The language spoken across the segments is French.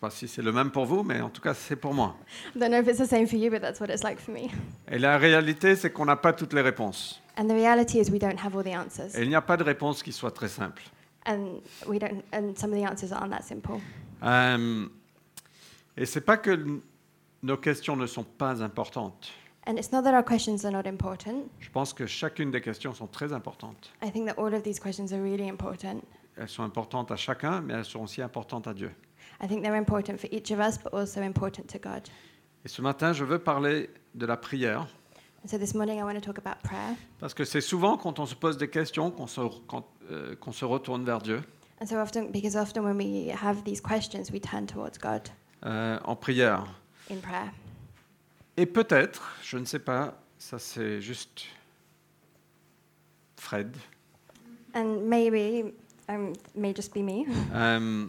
pas si c'est le même pour vous, mais en tout cas, c'est pour moi. Don't know if it's the same for you, but that's what it's like for me. Et la réalité, c'est qu'on n'a pas toutes les réponses. And the reality is, we don't have all the answers, Et il n'y a pas de réponse qui soit très simple. and we don't, and some of the answers aren't that simple. Euh, et c'est pas que n- nos questions ne sont pas importantes. And it's not that our questions are not important. Je pense que chacune des questions sont très importantes. I think that all of these questions are really important. Elles sont importantes à chacun, mais elles sont aussi importantes à Dieu. I think they're important for each of us, but also important to God. Et ce matin, je veux parler de la prière, And so this morning, I want to talk about prayer. parce que c'est souvent quand on se pose des questions qu'on se, quand, euh, qu'on se retourne vers Dieu And so often, because often when we have these questions, we turn towards God euh, en prière. in prayer. Et peut-être, je ne sais pas, ça c'est juste Fred, And maybe, um, may just be me, Euh,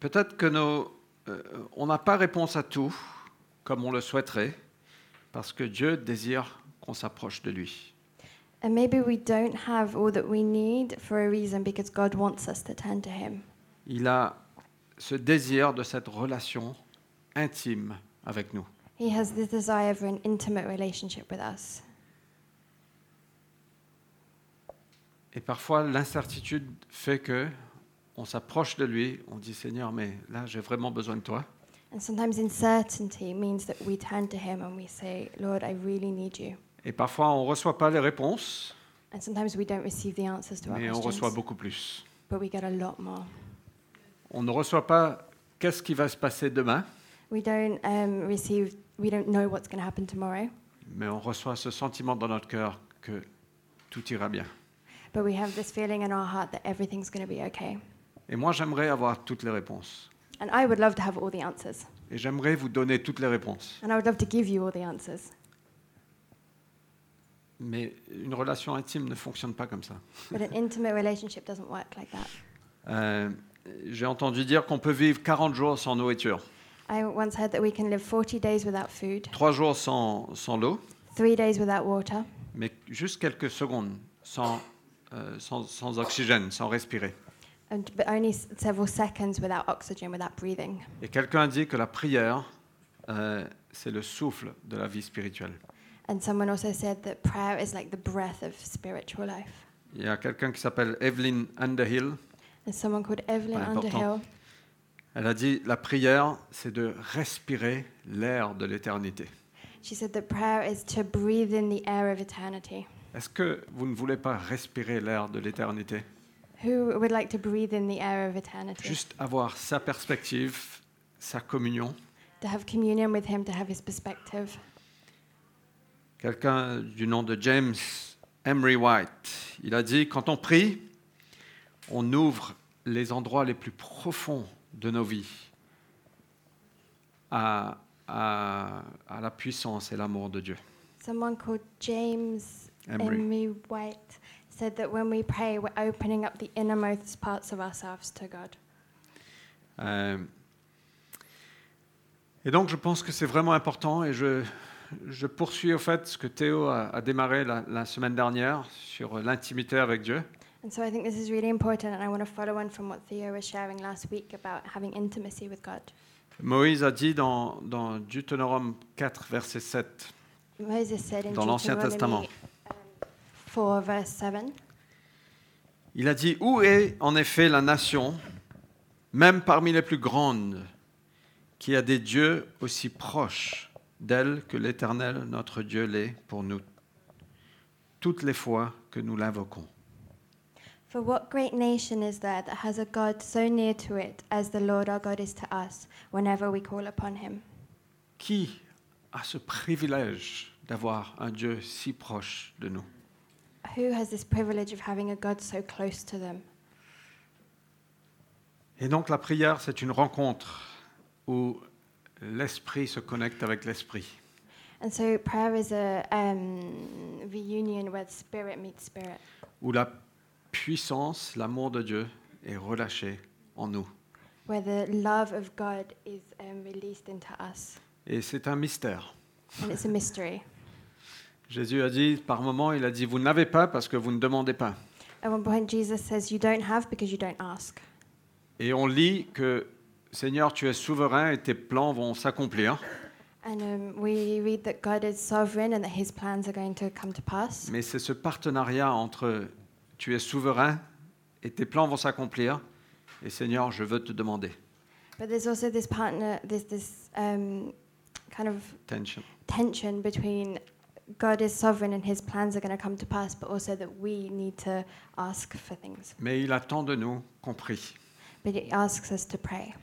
peut-être que nos, euh, on n'a pas réponse à tout comme on le souhaiterait, parce que Dieu désire qu'on s'approche de lui. and maybe we don't have all that we need for a reason because God wants us to turn to Him. Il a ce désir de cette relation intime avec nous. He has this desire for an intimate relationship with us. Et parfois, l'incertitude fait que on s'approche de lui, on dit Seigneur, mais là, j'ai vraiment besoin de toi. And sometimes uncertainty means that we turn to Him and we say, Lord, I really need you. Et parfois, on ne reçoit pas les réponses, And sometimes we don't receive the answers to our mais on reçoit questions, beaucoup plus. but we get a lot more. On ne reçoit pas qu'est-ce qui va se passer demain, We don't um, receive, we don't know what's going to happen tomorrow, mais on reçoit ce sentiment dans notre cœur que tout ira bien. but we have this feeling in our heart that everything's going to be okay. Et moi, j'aimerais avoir toutes les réponses. And I would love to have all the answers, Et j'aimerais vous donner toutes les réponses. and I would love to give you all the answers. Mais une relation intime ne fonctionne pas comme ça. But an intimate relationship doesn't work like that. Euh, J'ai entendu dire qu'on peut vivre 40 jours sans nourriture, I once heard that we can live 40 days without food, 3 jours sans, sans l'eau, three days without water, mais juste quelques secondes sans, euh, sans, sans oxygène, sans respirer. and, but only s- several seconds without oxygen, without breathing. Et quelqu'un dit que la prière, euh, c'est le souffle de la vie spirituelle. And someone also said that prayer is like the breath of spiritual life. Il y a quelqu'un qui s'appelle Evelyn Underhill. And someone called Evelyn Pas important. Underhill Elle a dit, la prière, c'est de respirer l'air de l'éternité. She said that prayer is to breathe in the air of eternity. Est-ce que vous ne voulez pas respirer l'air de l'éternité Who would like to breathe in the air of eternity? Juste avoir sa perspective, sa communion. to have communion with Him, to have His perspective. Quelqu'un du nom de James Emery White, il a dit, quand on prie, on ouvre les endroits les plus profonds de nos vies à, à- à la puissance et l'amour de Dieu. Someone called James Emery. Emery White said that when we pray, we're opening up the innermost parts of ourselves to God. Euh, et donc, je pense que c'est vraiment important et je, je poursuis au fait ce que Théo a, a démarré la, la semaine dernière sur l'intimité avec Dieu. And so I think this is really important, and I want to follow on from what Theo was sharing last week about having intimacy with God. Moïse a dit dans, dans Deutéronome 4, verset 7, Moses said in Dans l'Ancien Deuteronomy, Testament. um, 4, verse 7. il a dit, Où est en effet la nation, même parmi les plus grandes, qui a des dieux aussi proches d'elle que l'Éternel, notre Dieu, l'est pour nous, toutes les fois que nous l'invoquons For what great nation is there that has a God so near to it as the Lord our God is to us whenever we call upon him? Qui a ce privilège d'avoir un Dieu si proche de nous Who has this privilege of having a God so close to them? Et donc la prière, c'est une rencontre où l'esprit se connecte avec l'esprit. And so prayer is a um, reunion where spirit meets spirit, où la puissance, l'amour de Dieu est relâché en nous. where the love of God is um, released into us. Et c'est un mystère. And it's a mystery. Jésus a dit, par moments, il a dit, vous n'avez pas parce que vous ne demandez pas. At one point, Jesus says, You don't have because you don't ask. Et on lit que Seigneur, tu es souverain et tes plans vont s'accomplir. And um, we read that God is sovereign and that his plans are going to come to pass. Mais c'est ce partenariat entre tu es souverain et tes plans vont s'accomplir. Et Seigneur, je veux te demander. But there's also this partner, there's this um, kind of Tension. tension between God is sovereign and his plans are going to come to pass, but also that we need to ask for things. Mais il attend de nous qu'on prie. But he asks us to pray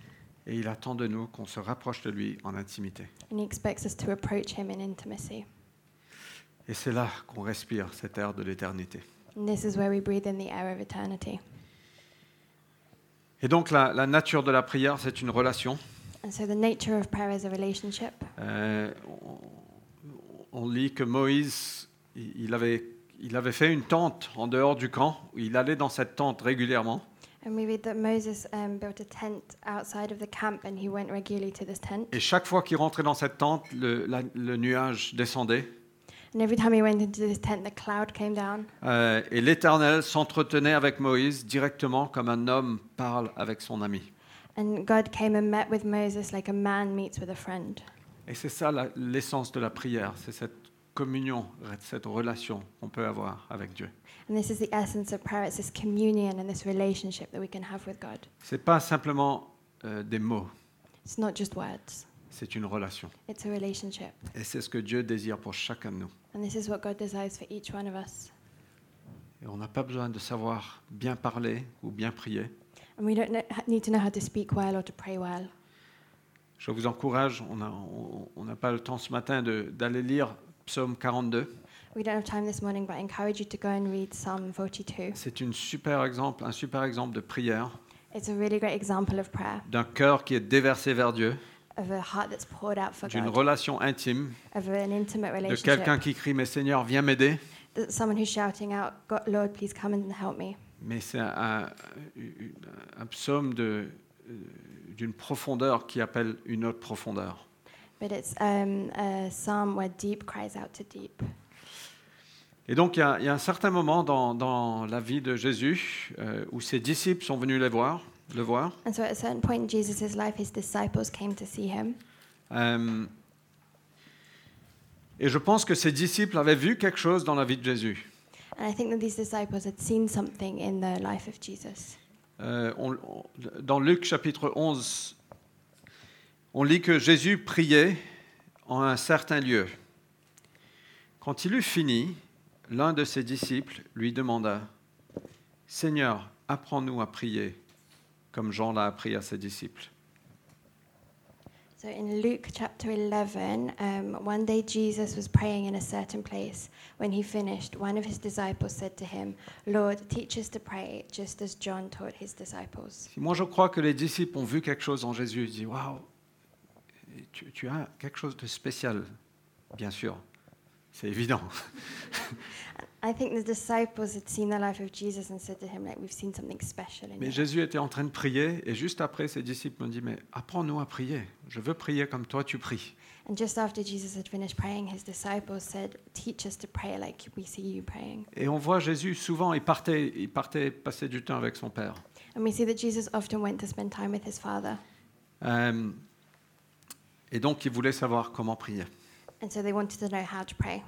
Et il attend de nous qu'on se rapproche de lui en intimité. and he expects us to approach him in intimacy. Et c'est là qu'on respire cet air de l'éternité. And this is where we breathe in the air of eternity. Et donc la, la nature de la prière, c'est une relation. And so the nature of prayer is a relationship. Euh, on, on lit que Moïse, il il avait, il avait fait une tente en dehors du camp. Il allait dans cette tente régulièrement. And we read that Moses um, built a tent outside of the camp and he went regularly to this tent. Et chaque fois qu'il rentrait dans cette tente, le, la- le nuage descendait. And every time he went into this tent, the cloud came down. Euh, et l'Éternel s'entretenait avec Moïse directement comme un homme parle avec son ami. And God came and met with Moses like a man meets with a friend. Et c'est ça la- l'essence de la prière, c'est cette communion, cette relation qu'on peut avoir avec Dieu. And this is the essence of prayer. It's this communion and this relationship that we can have with God. C'est pas simplement euh, des mots, It's not just words, c'est une relation. it's a relationship. Et c'est ce que Dieu désire pour chacun de nous. And this is what God desires for each one of us. Et on n'a pas besoin de savoir bien parler ou bien prier. And we don't know, need to know how to speak well or to pray well. Je vous encourage, on a- on on n'a pas le temps ce matin de- d'aller lire Psaume 42. We don't have time this morning, but I encourage you to go and read Psalm 42. C'est une super exemple, un super exemple de prière, It's a really great example of prayer, d'un cœur qui est déversé vers Dieu, of a heart that's poured out for d'une God, relation intime, of an intimate de quelqu'un relationship. qui crie mais Seigneur viens m'aider, That Someone who's shouting out, "God- Lord, please come and help me. mais c'est un, un- un psaume de- euh, d'une profondeur qui appelle une autre profondeur. But it's um, a psalm where deep cries out to deep. Et donc il y, a, il y a un certain moment dans, dans la vie de Jésus euh, où ses disciples sont venus les voir, le voir. And so at a certain point in Jesus' life, his disciples came to see him. Euh, et je pense que ses disciples avaient vu quelque chose dans la vie de Jésus. And I think that these disciples had seen something in the life of Jesus. Euh, on- on- dans Luc chapitre 11, on lit que Jésus priait en un certain lieu. Quand il eut fini, l'un de ses disciples lui demanda, Seigneur, apprends-nous à prier comme Jean l'a appris à ses disciples. So in Luke chapter 11, um, one day Jesus was praying in a certain place. When he finished, one of his disciples said to him, Lord, teach us to pray, just as John taught his disciples. Si moi je crois que les disciples ont vu quelque chose en Jésus, ils disent, Waouh, tu, tu as quelque chose de spécial, bien sûr, c'est évident. I think the disciples had seen the life of Jesus and said to him, like, we've seen something special in Mais you. Jésus était en train de prier et juste après, ses disciples m'ont dit, mais apprends-nous à prier. Je veux prier comme toi tu pries. And just after Jesus had finished praying, his disciples said, teach us to pray like we see you praying. Et on voit Jésus souvent, il partait, il partait passer du temps avec son Père. And we see that Jesus often went to spend time with his father. Euh, et donc, il voulait savoir comment prier. And so they wanted to know how to pray.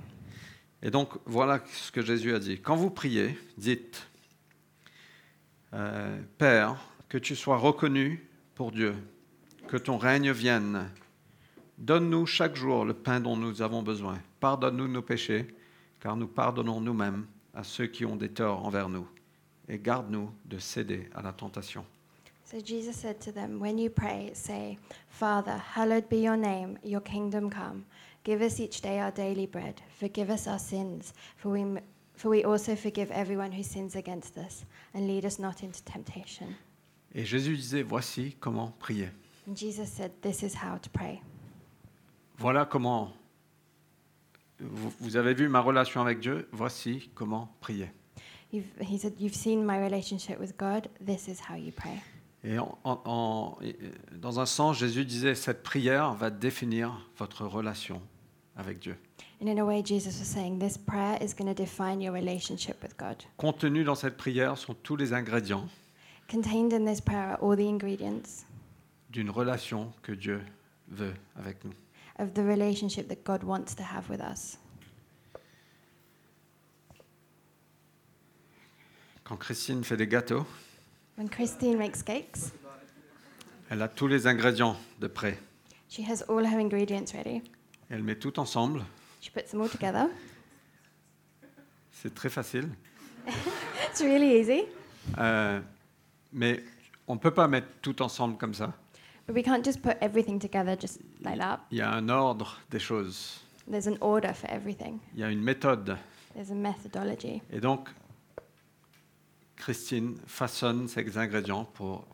Et donc, voilà ce que Jésus a dit. Quand vous priez, dites, euh, Père, que tu sois reconnu pour Dieu, que ton règne vienne. Donne-nous chaque jour le pain dont nous avons besoin. Pardonne-nous nos péchés, car nous pardonnons nous-mêmes à ceux qui ont des torts envers nous. Et garde-nous de céder à la tentation. So Jesus said to them, When you pray, say, Father, hallowed be your name, your kingdom come. Give us each day our daily bread. Forgive us our sins, for we, m- for we also forgive everyone who sins against us. And lead us not into temptation. Et Jésus disait, voici comment prier. And Jesus said, This is how to pray. Voilà comment... Vous vous avez vu ma relation avec Dieu, voici comment prier. You've, he said, You've seen my relationship with God. This is how you pray. Et en- en- en- et- et dans un sens, Jésus disait, cette prière va définir votre relation avec Dieu. And in a way, Jesus was saying, This prayer is going to define your relationship with God. Contenus dans cette prière sont tous les ingrédients Contained in this prayer are all the ingredients d'une relation que Dieu veut avec nous. of the relationship that God wants to have with us. Quand Christine fait des gâteaux, When Christine makes cakes, elle a tous les ingrédients de près. she has all her ingredients ready. Elle met tout ensemble. She puts them all together. C'est très facile. It's really easy, Euh, mais on ne peut pas mettre tout ensemble comme ça. but we can't just put everything together just like that. Il y a un ordre des choses. There's an order for everything, Il y a une méthode. there's a methodology. Et donc, Christine façonne ces ingrédients pour,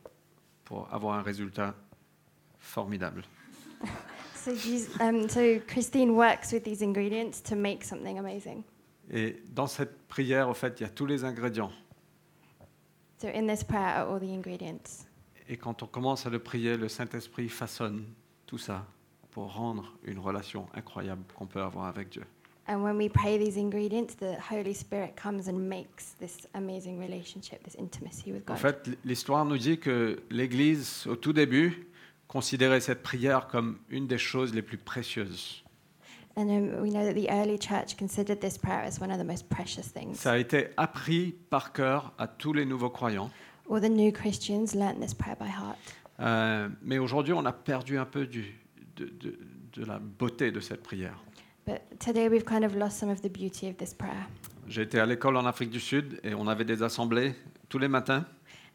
pour avoir un résultat formidable. So, she's, um, so Christine works with these ingredients to make something amazing. Et dans cette prière, au fait, il y a tous les ingrédients. So in this prayer are all the ingredients. Et quand on commence à le prier, le Saint-Esprit façonne tout ça pour rendre une relation incroyable qu'on peut avoir avec Dieu. And when we pray these ingredients, the Holy Spirit comes and makes this amazing relationship, this intimacy with En God. fait, l'histoire nous dit que l'Église, au tout début, considérait cette prière comme une des choses les plus précieuses. And um, we know that the early church considered this prayer as one of the most precious things. Ça a été appris par cœur à tous les nouveaux croyants. All the new Christians learnt this prayer by heart. Euh, mais aujourd'hui, on a perdu un peu du- de, de- de la beauté de cette prière. But today we've kind of lost some of the beauty of this prayer. J'ai été à l'école en Afrique du Sud et on avait des assemblées tous les matins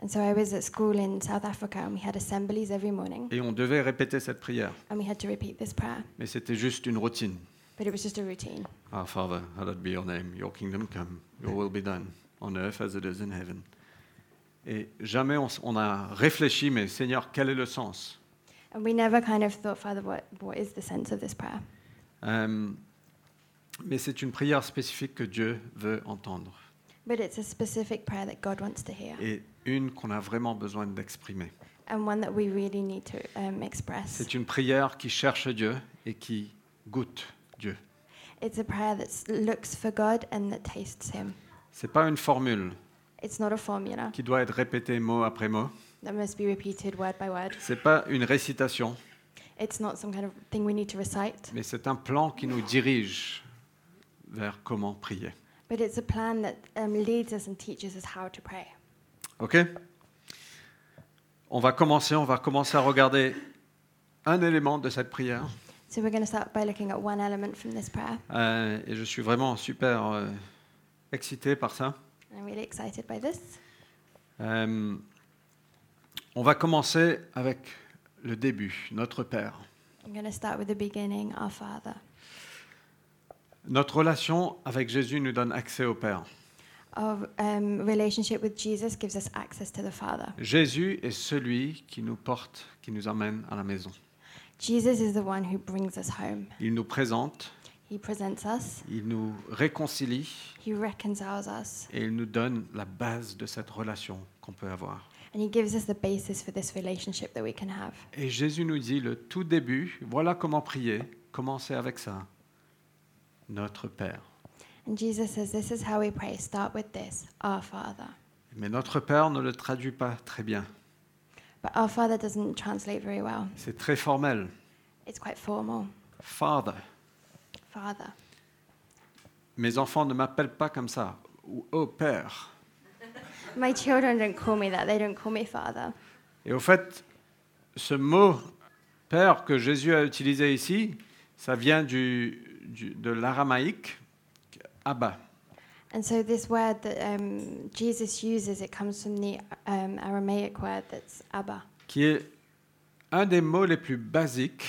And so I was at school in South Africa and we had assemblies every morning et on devait répéter cette prière. and we had to repeat this prayer. Mais c'était juste une routine. But it was just a routine. Our Father, hallowed be your name, your kingdom come, your will be done, on earth as it is in heaven. Et jamais on, s- on a réfléchi, mais Seigneur, quel est le sens And we never kind of thought, Father, what, what is the sense of this prayer? Euh, Mais c'est une prière spécifique que Dieu veut entendre But it's a specific prayer that God wants to hear et une qu'on a vraiment besoin d'exprimer. and one that we really need to um, express. C'est une prière qui cherche Dieu et qui goûte Dieu. It's a prayer that looks for God and that tastes Him. C'est pas une formule It's not a formula qui doit être répétée mot après mot. that must be repeated word by word. C'est pas une récitation, It's not some kind of thing we need to recite, mais c'est un plan qui nous dirige vers comment prier. but it's a plan that um, leads us and teaches us how to pray. Ok On va commencer, on va commencer à regarder un élément de cette prière. So we're going to start by looking at one element from this prayer. Euh, et je suis vraiment super euh, excité par ça. I'm really excited by this. Euh, on va commencer avec le début, notre Père. I'm going to start with the beginning, our Father. Notre relation avec Jésus nous donne accès au Père. Our um, relationship with Jesus gives us access to the Father. Jésus est celui qui nous porte, qui nous amène à la maison. Jesus is the one who brings us home. Il nous présente, He presents us, il nous réconcilie He reconciles us, et il nous donne la base de cette relation qu'on peut avoir. and He gives us the basis for this relationship that we can have. Et Jésus nous dit le tout début, voilà comment prier, commencez avec ça. Notre Père. And Jesus says, This is how we pray. Start with this, Our Father. Mais notre Père ne le traduit pas très bien. But Our Father doesn't translate very well, C'est très formel. it's quite formal. Father. Father. Mes enfants ne m'appellent pas comme ça. Ou oh, Père. My children don't call me that, they don't call me Father. Et au fait, ce mot Père que Jésus a utilisé ici, ça vient du, du- de l'aramaïque Abba. And so, this word that um, Jesus uses, it comes from the um, Aramaic word that's Abba. qui est un des mots les plus basiques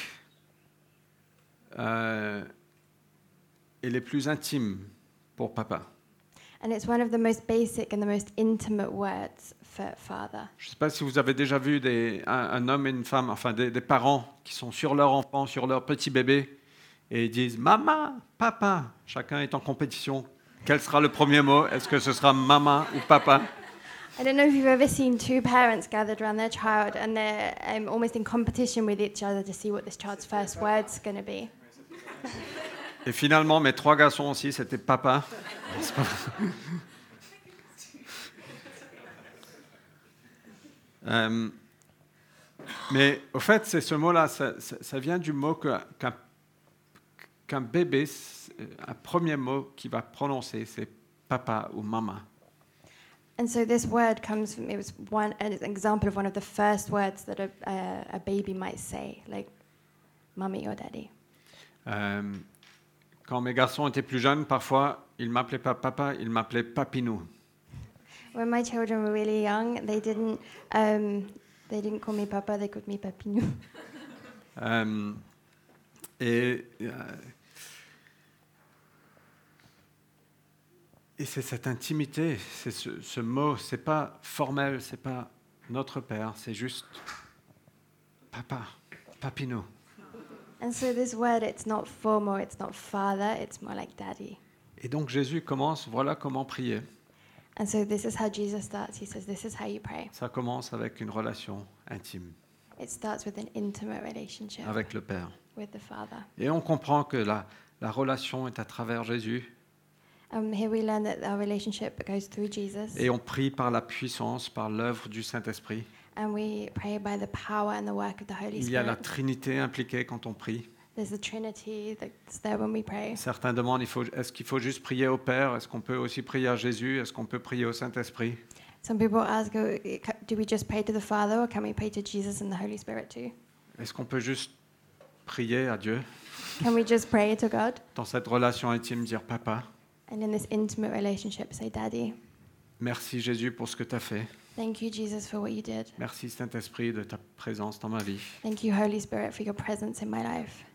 euh, et les plus intimes pour papa. And it's one of the most basic and the most intimate words for Father. Je ne sais pas si vous avez déjà vu des- un, un homme et une femme, enfin des, des parents qui sont sur leur enfant, sur leur petit bébé, et ils disent Maman, papa. Chacun est en compétition. Quel sera le premier mot Est-ce que ce sera maman ou papa I don't know if you've ever seen two parents gathered around their child and they're um, almost in competition with each other to see what this child's first word's going to be. Et finalement, mes trois garçons aussi, c'était papa. C'est pas- Euh, Mais au fait, c'est ce mot-là, ça, ça- ça vient du mot que- qu'un qu'un bébé, c'est- un premier mot qu'il va prononcer, c'est papa ou maman. And so this word comes from, it was one, an example of one of the first words that a, a, a baby might say, like mummy or daddy. Euh, quand mes garçons étaient plus jeunes, parfois, ils m'appelaient pas papa, ils m'appelaient papinou. When my children were really young, they didn't, um, they didn't call me papa, they called me papinou. Euh, et euh, et e c'est cette intimité, c'est ce, ce mot, c'est pas formel, c'est pas notre père, c'est juste papa, papino. And so this word, it's not formal, it's not father, it's more like daddy. Et donc Jésus commence, voilà comment prier. And so this is how Jesus starts. He says, this is how you pray. Ça commence avec une relation intime It starts with an intimate relationship avec le Père. with the father. Et on comprend que la, la relation est à travers Jésus Um, here we learn that our relationship goes through Jesus. et on prie par la puissance, par l'œuvre du Saint-Esprit. And we pray by the power and the work of the Holy Il y a la Spirit. Trinité impliquée quand on prie. There's the Trinity that's there when we pray. Certains demandent il faut- est-ce qu'il faut juste prier au Père Est-ce qu'on peut aussi prier à Jésus Est-ce qu'on peut prier au Saint-Esprit Some people ask, oh, do we just pray to the Father or can we pray to Jesus and the Holy Spirit too? Est-ce qu'on peut juste prier à Dieu Can we just pray to God dans cette relation intime, dire Papa, and in this intimate relationship say, Daddy, merci Jésus pour ce que tu as fait. thank you, Jesus, for what you did. Merci Saint-Esprit de ta présence dans ma vie. Thank you, Holy Spirit, for your presence in my life.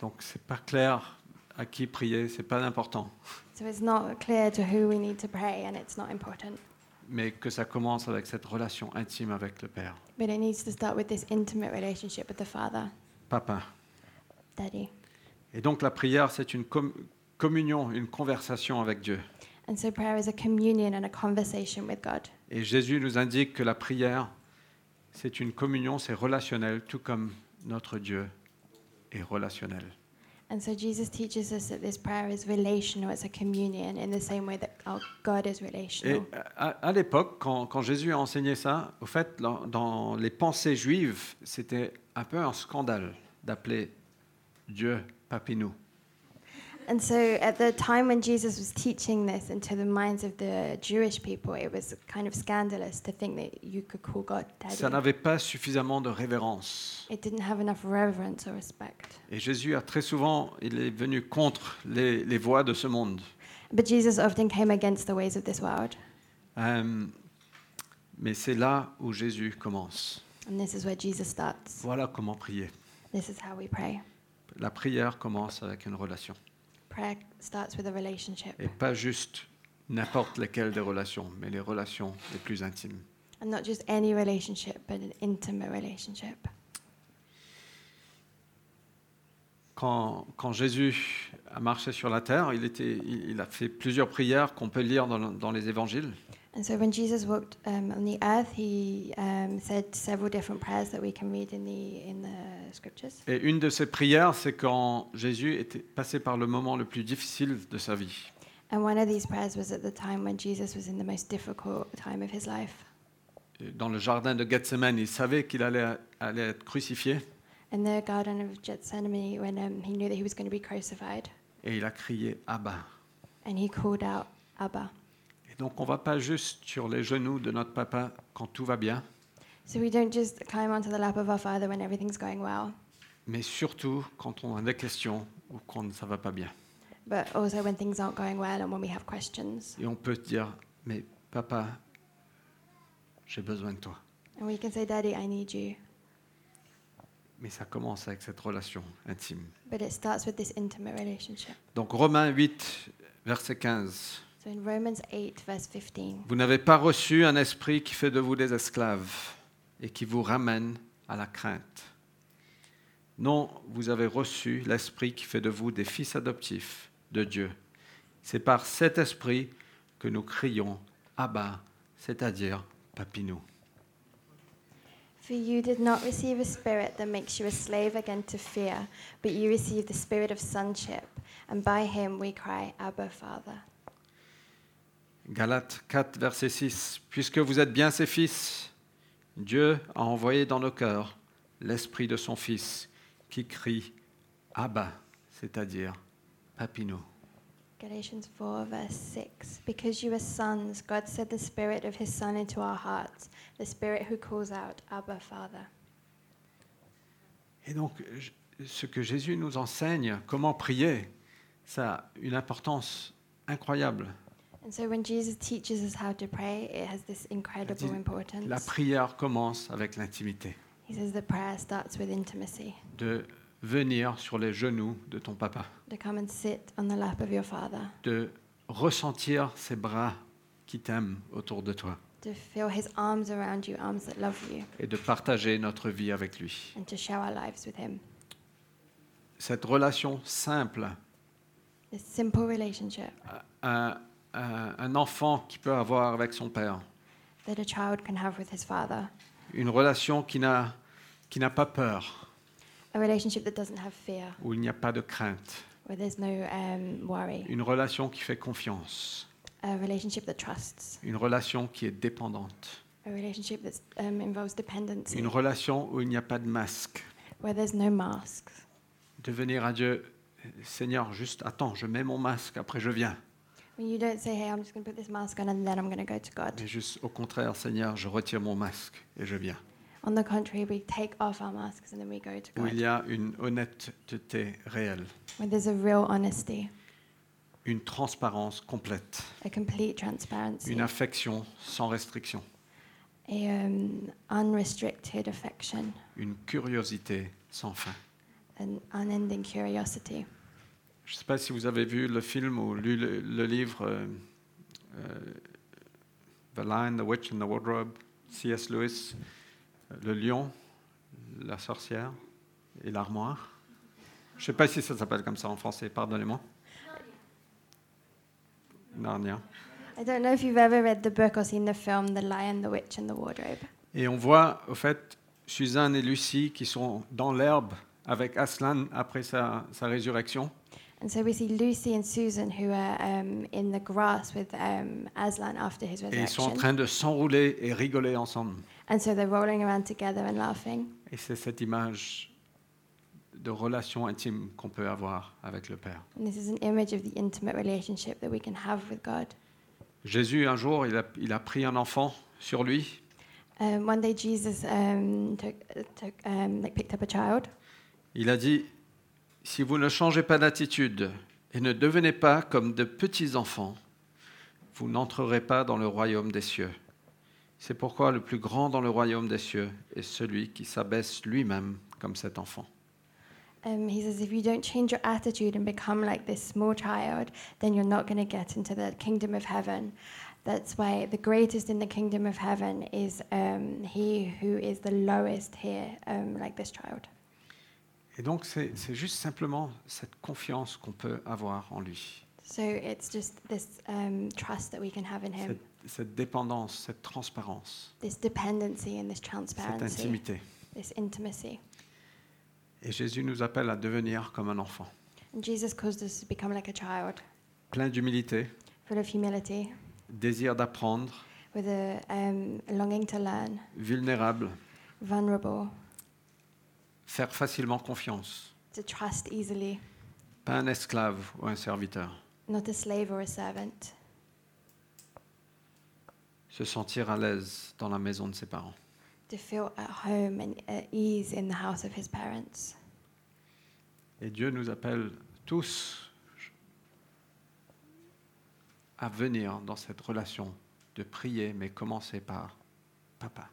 Donc c'est pas clair à qui prier, c'est pas important, So it's not clear to who we need to pray and it's not important. mais que ça commence avec cette relation intime avec le Père. But it needs to start with this intimate relationship with the Father, Papa. Daddy. Et donc la prière, c'est une com- communion, une conversation avec Dieu. And so prayer is a communion and a conversation with God. Et Jésus nous indique que la prière, c'est une communion, c'est relationnel, tout comme notre Dieu est relationnel. And so Jesus teaches us that this prayer is relational, it's a communion in the same way that our God is Et relational. à, à l'époque, quand, quand Jésus a enseigné ça, au fait, dans- dans les pensées juives, c'était un peu un scandale d'appeler Dieu papinou. And so at the time when Jesus was teaching this into the minds of the Jewish people, it was kind of scandalous to think that you could call God Ça daddy. n'avait pas suffisamment de révérence. It didn't have enough reverence or respect. Et Jésus a très souvent, il est venu contre les, les voies de ce monde. But Jesus often came against the ways of this world. Euh, mais c'est là où Jésus commence. And this is where Jesus starts. Voilà comment prier. This is how we pray. La prière commence avec une relation. Prayer starts with a relationship Et pas juste n'importe lesquelles des relations, mais les relations les plus intimes. and not just any relationship, but an intimate relationship. Quand, quand Jésus a marché sur la terre, il, était, il, il a fait plusieurs prières qu'on peut lire dans, le- dans les évangiles. And so when Jesus walked um, on the earth, he um, said several different prayers that we can read in the in the scriptures. Et une de ces prières, c'est quand Jésus était passé par le moment le plus difficile de sa vie. And one of these prayers was at the time when Jesus was in the most difficult time of his life. Et Dans le jardin de Gethsemane, il savait qu'il allait, allait être crucifié In the Garden of Gethsemane, when um, he knew that he was going to be crucified, et il a crié Abba. and he called out, Abba. Et donc on ne va pas juste sur les genoux de notre papa quand tout va bien, So we don't just climb onto the lap of our Father when everything's going well, mais surtout quand on a des questions ou quand ça va pas bien. but also when things aren't going well and when we have questions. Et on peut dire, mais papa, j'ai besoin de toi. And we can say, Daddy, I need you. Mais ça commence avec cette relation intime. But it starts with this intimate relationship. Donc Romains 8, verset 15. So in Romans 8, verse 15, Vous n'avez pas reçu un esprit qui fait de vous des esclaves et qui vous ramène à la crainte. Non, vous avez reçu l'esprit qui fait de vous des fils adoptifs de Dieu. C'est par cet esprit que nous crions Abba, c'est-à-dire Papinou. For you did not receive a spirit that makes you a slave again to fear, but you received the spirit of sonship, and by him we cry, Abba, Father. Galates 4, verset 6. Puisque vous êtes bien ses fils, Dieu a envoyé dans nos cœurs l'esprit de son Fils qui crie Abba, c'est-à-dire Papineau. Galatians 4, verse 6. Because you are sons, God sent the Spirit of His Son into our hearts, the Spirit who calls out, Abba, Father. Et donc, je- ce que Jésus nous enseigne, comment prier, ça a une importance incroyable. And so when Jesus teaches us how to pray, it has this incredible Dis- importance. La prière commence avec l'intimité, He says the prayer starts with intimacy de venir sur les genoux de ton papa, to come and sit on the lap of your Father, de ressentir ses bras qui t'aiment autour de toi to feel His arms around you, arms that love you, et de partager notre vie avec lui. and to share our lives with Him. Cette relation simple, This simple relationship un, un- un enfant qui peut avoir avec son père, that a child can have with his Father, une relation qui n'a qui n'a pas peur, a relationship that doesn't have fear, où il n'y a pas de crainte, where there's no um, worry, une relation qui fait confiance, a relationship that trusts, une relation qui est dépendante, a relationship that um, involves dependency, une relation où il n'y a pas de masque. where there's no masks. De venir à Dieu, Seigneur, juste attends, je mets mon masque, après je viens. When you don't say, hey, I'm just going to put this mask on and then I'm going to go to God. Mais juste au contraire, Seigneur, je retire mon masque et je viens. On the contrary, we take off our masks and then we go to Où il God. y a une honnêteté réelle, Where there's a real honesty, une transparence complète, a complete transparency, une affection sans restriction, a um, unrestricted affection, une curiosité sans fin. an unending curiosity. Je ne sais pas si vous avez vu le film ou lu le, le livre euh, euh, The Lion, The Witch and the Wardrobe, C.S. Lewis, euh, Le Lion, La Sorcière et l'Armoire. Je ne sais pas si ça s'appelle comme ça en français, pardonnez-moi. Narnia. I don't know if you've ever read the book or seen the film The Lion, the Witch, and the Wardrobe. Et on voit, au fait, Suzanne et Lucie qui sont dans l'herbe avec Aslan après sa, sa résurrection. And so we see Lucy and Susan who are um, in the grass with um, Aslan after his Et ils sont en resurrection. train de s'enrouler et rigoler ensemble. And so they're rolling around together and laughing. Et c'est cette image de relation intime qu'on peut avoir avec le Père. And this is an image of the intimate relationship that we can have with God. Jésus, un jour, il a, il a pris un enfant sur lui Um, one day Jesus um, took, uh, took um, like picked up a child, Il a dit, si vous ne changez pas d'attitude et ne devenez pas comme de petits enfants, vous n'entrerez pas dans le royaume des cieux. C'est pourquoi le plus grand dans le royaume des cieux est celui qui s'abaisse lui-même comme cet enfant. um, he says, if you don't change your attitude and become like this small child, then you're not going to get into the kingdom of heaven. That's why the greatest in the kingdom of heaven is um, he who is the lowest here, um, like this child. Et donc c'est c'est juste simplement cette confiance qu'on peut avoir en lui, So it's just this um, trust that we can have in him, cette, cette dépendance, cette transparence, this dependency and this cette transparency, intimité. this intimacy. Et Jésus nous appelle à devenir comme un enfant, And Jesus caused us to become like a child, plein d'humilité, full of humility, désir d'apprendre, with a um, longing to learn, vulnérable, vulnerable, faire facilement confiance, to trust easily, pas un esclave ou un serviteur, not a slave or a servant, se sentir à l'aise dans la maison de ses parents. to feel at home and at ease in the house of his parents. Et Dieu nous appelle tous à venir dans cette relation de prier, mais commencer par papa.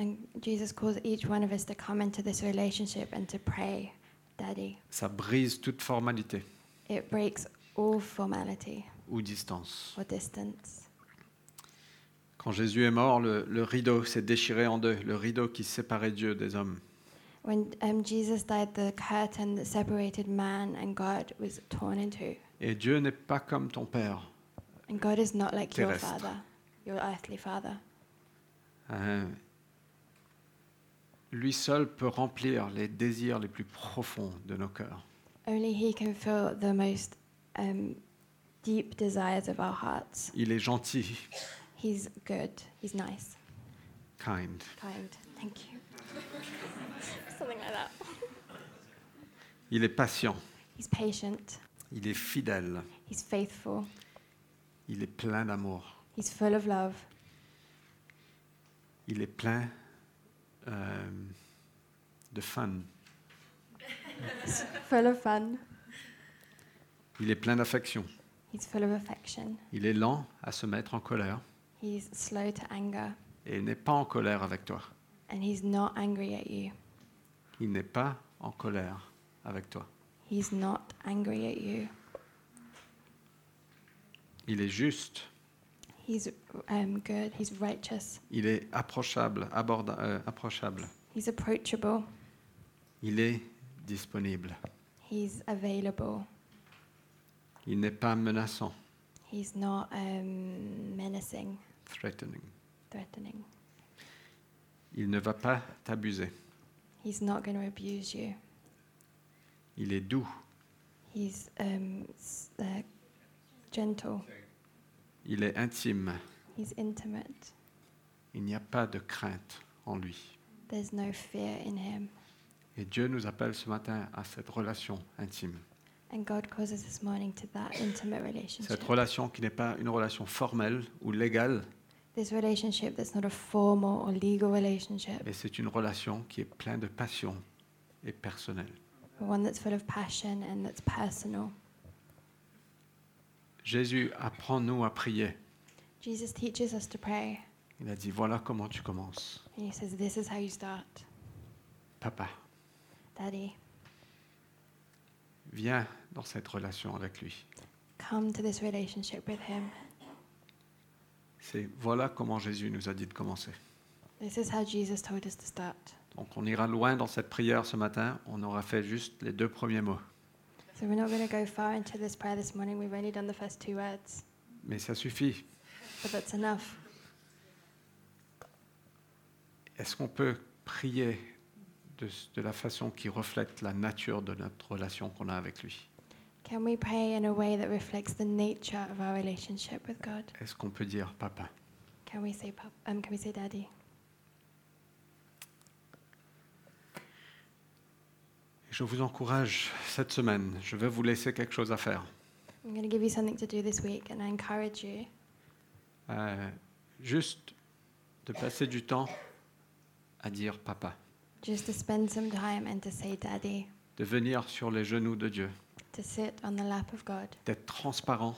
And Jesus calls each one of us to come into this relationship and to pray, Daddy. Ça brise toute formalité It breaks all formality ou distance. or distance. Quand Jésus est mort, le, le rideau s'est déchiré en deux, le rideau qui séparait Dieu des hommes. When um, Jesus died, the curtain that separated man and God was torn in two. Et Dieu n'est pas comme ton Père. And God is not like your Terrestre. father, your earthly father. Euh, lui seul peut remplir les désirs les plus profonds de nos cœurs. Only He can fill the most um, deep desires of our hearts. Il est gentil, He's good. He's nice. kind. Kind. Thank you. Something like that. Il est patient, He's patient. il est fidèle, He's faithful. il est plein d'amour, He's full of love. il est plein euh, de fun, He's full of fun. il est plein d'affection, He's full of affection. il est lent à se mettre en colère He's slow to anger. et n'est pas en colère avec toi. And he's not angry at you. Il n'est pas en colère avec toi. He's not angry at you. Il est juste, He's um, good. He's righteous. il est approchable, aborda- euh, approchable, He's approachable. il est disponible, He's available. il n'est pas menaçant, He's not um, menacing, threatening. threatening. Il ne va pas t'abuser, He's not going to abuse you. il est doux, He's um, s- uh, gentle. il est intime, He's intimate. il n'y a pas de crainte en lui. There's no fear in him. Et Dieu nous appelle ce matin à cette relation intime, And God calls us this morning to that intimate cette relationship. relation qui n'est pas une relation formelle ou légale, This relationship that's not a formal or legal relationship, mais c'est une relation qui est pleine de passion et personnelle. but one that's full of passion and that's personal. Jésus, apprends-nous à prier. Jesus teaches us to pray, Il a dit, voilà comment tu commences. and he says, This is how you start. Papa, Daddy, viens dans cette relation avec lui. come to this relationship with him. C'est voilà comment Jésus nous a dit de commencer. This is how Jesus told us to start. Donc on ira loin dans cette prière ce matin. On aura fait juste les deux premiers mots. So we're not going to go far into this prayer this morning. We've only done the first two words, Mais ça suffit. but that's enough. Est-ce qu'on peut prier de, de la façon qui reflète la nature de notre relation qu'on a avec lui Can we pray in a way that reflects the nature of our relationship with God? Est-ce qu'on peut dire, Papa, Can we say, Pop- um, can we say, Daddy? je vous encourage cette semaine. Je vais vous laisser quelque chose à faire. I'm going to give you something to do this week, and I encourage you Euh, juste de passer du temps à dire Papa. just to spend some time and to say, Daddy, de venir sur les genoux de Dieu, to sit on the lap of God, d'être transparent,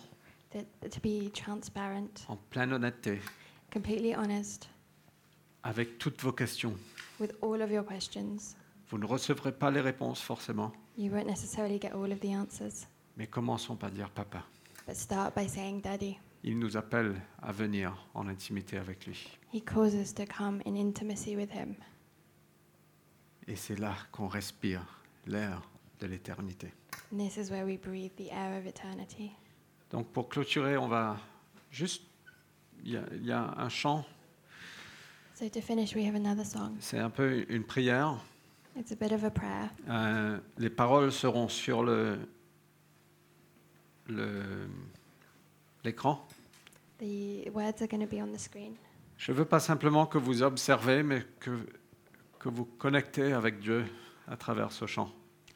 to, to be transparent, en pleine honnêteté, completely honest avec toutes vos questions. with all of your questions. Vous ne recevrez pas les réponses forcément, You won't necessarily get all of the answers, mais commençons par dire Papa. but start by saying, Daddy. Il nous appelle à venir en intimité avec lui. He calls us to come in intimacy with Him. Et c'est là qu'on respire l'air de l'éternité. And this is where we breathe the air of eternity. Donc pour clôturer, on va juste... Il y, a- il y a un chant, So to finish, we have another song. c'est un peu une prière. It's a bit of a prayer. Euh, les paroles seront sur le le- l'écran. The words are going to be on the screen. Je ne veux pas simplement que vous observez, mais que, que vous connectez avec Dieu à travers ce chant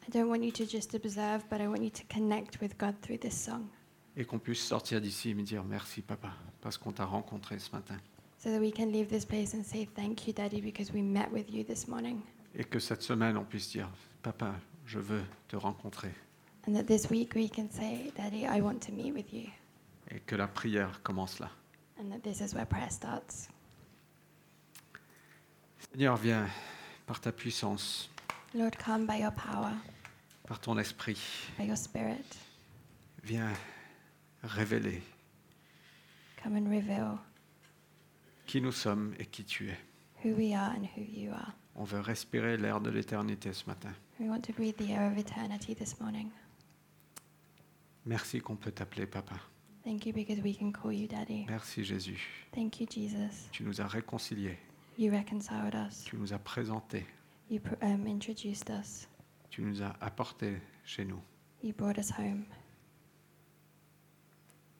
I don't want you to just observe, but I want you to connect with God through this song et qu'on puisse sortir d'ici et me dire merci papa parce qu'on t'a rencontré ce matin so that we can leave this place and say, Thank you, Daddy, because we met with you this morning. et que cette semaine on puisse dire papa je veux te rencontrer And that this week we can say, Daddy, I want to meet with you. et que la prière commence là. And that this is where prayer starts. Seigneur viens par ta puissance, Lord, come by your power, par ton esprit, by your spirit. viens révéler Come and reveal qui nous sommes et qui tu es. who we are and who you are. On veut respirer l'air de l'éternité ce matin. We want to breathe the air of eternity this morning. Merci qu'on peut t'appeler papa. Thank you because we can call you Daddy. Merci Jésus. Thank you, Jesus. Tu nous as réconciliés, You reconciled us. tu nous as présentés, You pr- um, introduced us. tu nous as apportés chez nous. You brought us home.